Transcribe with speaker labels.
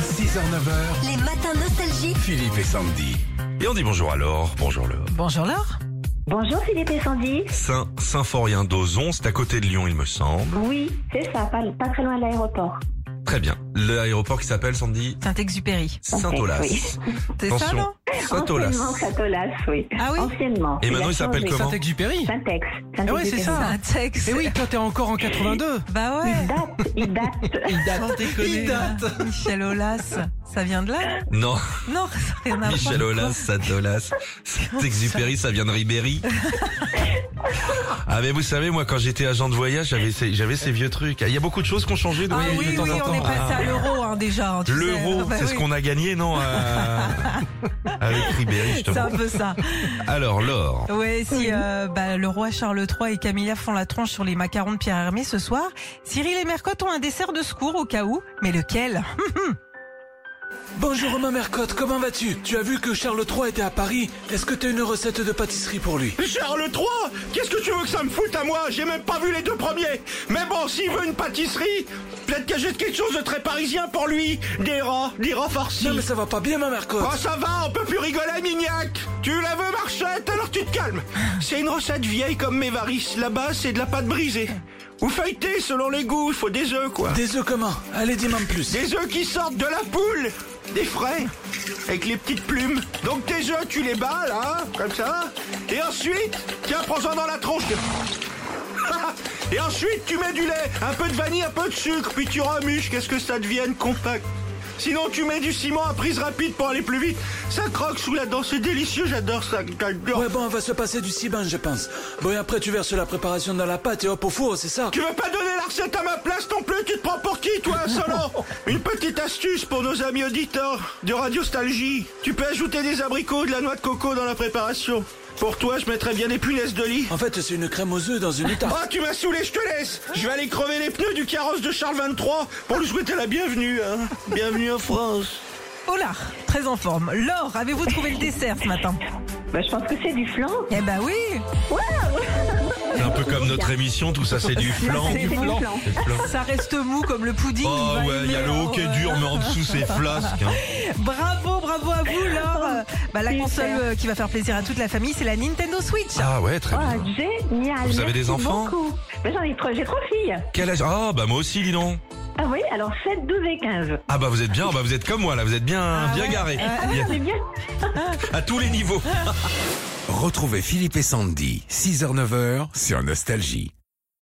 Speaker 1: 6h-9h,
Speaker 2: Les matins nostalgiques.
Speaker 1: Philippe et Sandy.
Speaker 3: Et on dit bonjour à Laure, bonjour Laure.
Speaker 4: Bonjour Laure.
Speaker 5: Bonjour Philippe et Sandy.
Speaker 3: Saint, Symphorien d'Ozon, c'est à côté de Lyon il me semble.
Speaker 5: Oui, c'est ça, pas, pas très loin de l'aéroport.
Speaker 3: Très bien. L'aéroport qui s'appelle Sandy
Speaker 4: Saint-Exupéry.
Speaker 3: Saint-Olas.
Speaker 5: Oui.
Speaker 4: C'est ça,
Speaker 3: Attention.
Speaker 4: non
Speaker 5: Anciennement
Speaker 3: Saint-Olas.
Speaker 5: Catolas, oui.
Speaker 4: Ah oui
Speaker 5: Anciennement.
Speaker 3: Et maintenant,
Speaker 5: a
Speaker 3: il s'appelle
Speaker 5: changé.
Speaker 3: comment
Speaker 6: Saint-Exupéry
Speaker 5: Syntex.
Speaker 6: Ah ouais, c'est
Speaker 5: Syntex.
Speaker 6: ça.
Speaker 4: Saint-Ex.
Speaker 6: Mais oui, toi t'es encore en 82
Speaker 4: Bah ouais.
Speaker 5: Il date, il date.
Speaker 6: Il date,
Speaker 4: Il date. Michel Aulas, ça vient de là
Speaker 3: Non,
Speaker 4: Non, ça n'a rien à voir.
Speaker 3: Michel Olas, Saint-Olas. Saint-Exupéry, ça vient de Ribéry. Ah mais vous savez, moi quand j'étais agent de voyage, j'avais ces, j'avais ces vieux trucs. Il y a beaucoup de choses qui ont changé de
Speaker 4: Ah
Speaker 3: voyage
Speaker 4: oui,
Speaker 3: de temps
Speaker 4: oui,
Speaker 3: en temps. Ah.
Speaker 4: on est passé à l'euro hein, déjà. hein, tu
Speaker 3: L'euro,
Speaker 4: sais. Bah
Speaker 3: c'est ce
Speaker 4: oui,
Speaker 3: qu'on a gagné, non euh, Avec Ribéry,
Speaker 4: C'est
Speaker 3: justement.
Speaker 4: un peu ça.
Speaker 3: Alors, Laure.
Speaker 4: Ouais, si euh, bah, le roi Charles III et Camilla font la tronche sur les macarons de Pierre Hermé ce soir, Cyril et Mercotte ont un dessert de secours au cas où. Mais lequel
Speaker 6: Bonjour Romain Mercotte, comment vas-tu Tu as vu que Charles III était à Paris Est-ce que t'as une recette de pâtisserie pour lui
Speaker 7: Charles III Qu'est-ce que tu veux que ça me foute à moi J'ai même pas vu les deux premiers Mais bon, s'il veut une pâtisserie, peut-être que j'ai quelque chose de très parisien pour lui Des rats, des rats farcis
Speaker 6: Non mais ça va pas bien ma Mercotte
Speaker 7: Oh ça va, on peut plus rigoler, Mignac Tu la veux, Marchette Alors tu te calmes C'est une recette vieille comme mes varices, là-bas c'est de la pâte brisée. Ou feuilletée selon les goûts, il faut des œufs quoi
Speaker 6: Des œufs comment Allez dis-moi en plus
Speaker 7: Des œufs qui sortent de la poule Des frais Avec les petites plumes Donc tes œufs, tu les bats là, comme ça Et ensuite, tiens, prends-en dans la tronche Et ensuite, tu mets du lait, un peu de vanille, un peu de sucre, puis tu remuches, qu'est-ce que ça devienne compact Sinon, tu mets du ciment à prise rapide pour aller plus vite. Ça croque sous la dent, c'est délicieux, j'adore ça.
Speaker 6: Ouais bon, on va se passer du ciment je pense. Bon et après tu verses la préparation dans la pâte et hop au four, c'est ça
Speaker 7: Tu veux pas donner la recette à ma place non plus Tu te prends pour qui, toi, insolent Une petite astuce pour nos amis auditeurs de Radio Stalgie. Tu peux ajouter des abricots, de la noix de coco dans la préparation. Pour toi, je mettrais bien des punaises de lit.
Speaker 6: En fait c'est une crème aux œufs dans une
Speaker 7: Oh,
Speaker 6: tarte.
Speaker 7: tu m'as saoulé, je te laisse Je vais aller crever les pneus du carrosse de Charles XXIII pour lui souhaiter la bienvenue, hein. Bienvenue en France.
Speaker 4: Oh là, très en forme. Laure, avez-vous trouvé le dessert ce matin
Speaker 5: Bah, je pense que c'est du flan.
Speaker 4: Eh ben oui,
Speaker 3: C'est un peu comme notre émission, tout ça c'est du flan.
Speaker 4: C'est du flan.
Speaker 3: C'est du flan.
Speaker 4: ça reste mou comme le pudding.
Speaker 3: Oh
Speaker 4: il va
Speaker 3: ouais, il y a
Speaker 4: aimer,
Speaker 3: le haut qui
Speaker 4: hein,
Speaker 3: est dur, mais en dessous c'est flasque. hein.
Speaker 4: Bravo, bravo à vous, Laure. Euh, Bah, la
Speaker 5: Super.
Speaker 4: console euh, qui va faire plaisir à toute la famille, c'est la Nintendo Switch.
Speaker 3: Ah ouais, très
Speaker 5: Oh,
Speaker 3: bien.
Speaker 5: génial.
Speaker 3: Vous avez des
Speaker 5: Merci
Speaker 3: enfants
Speaker 5: beaucoup. Bah, J'en ai trois, j'ai trois filles.
Speaker 3: Quel âge Ah bah moi aussi, dis donc.
Speaker 5: Ah oui, alors 7, 12 et 15.
Speaker 3: Ah bah vous êtes bien, bah vous êtes comme moi là, vous êtes bien, bien garés. Bien-
Speaker 5: C'est bien.
Speaker 3: à tous les niveaux.
Speaker 1: Retrouvez Philippe et Sandy, 6h-9h, sur Nostalgie.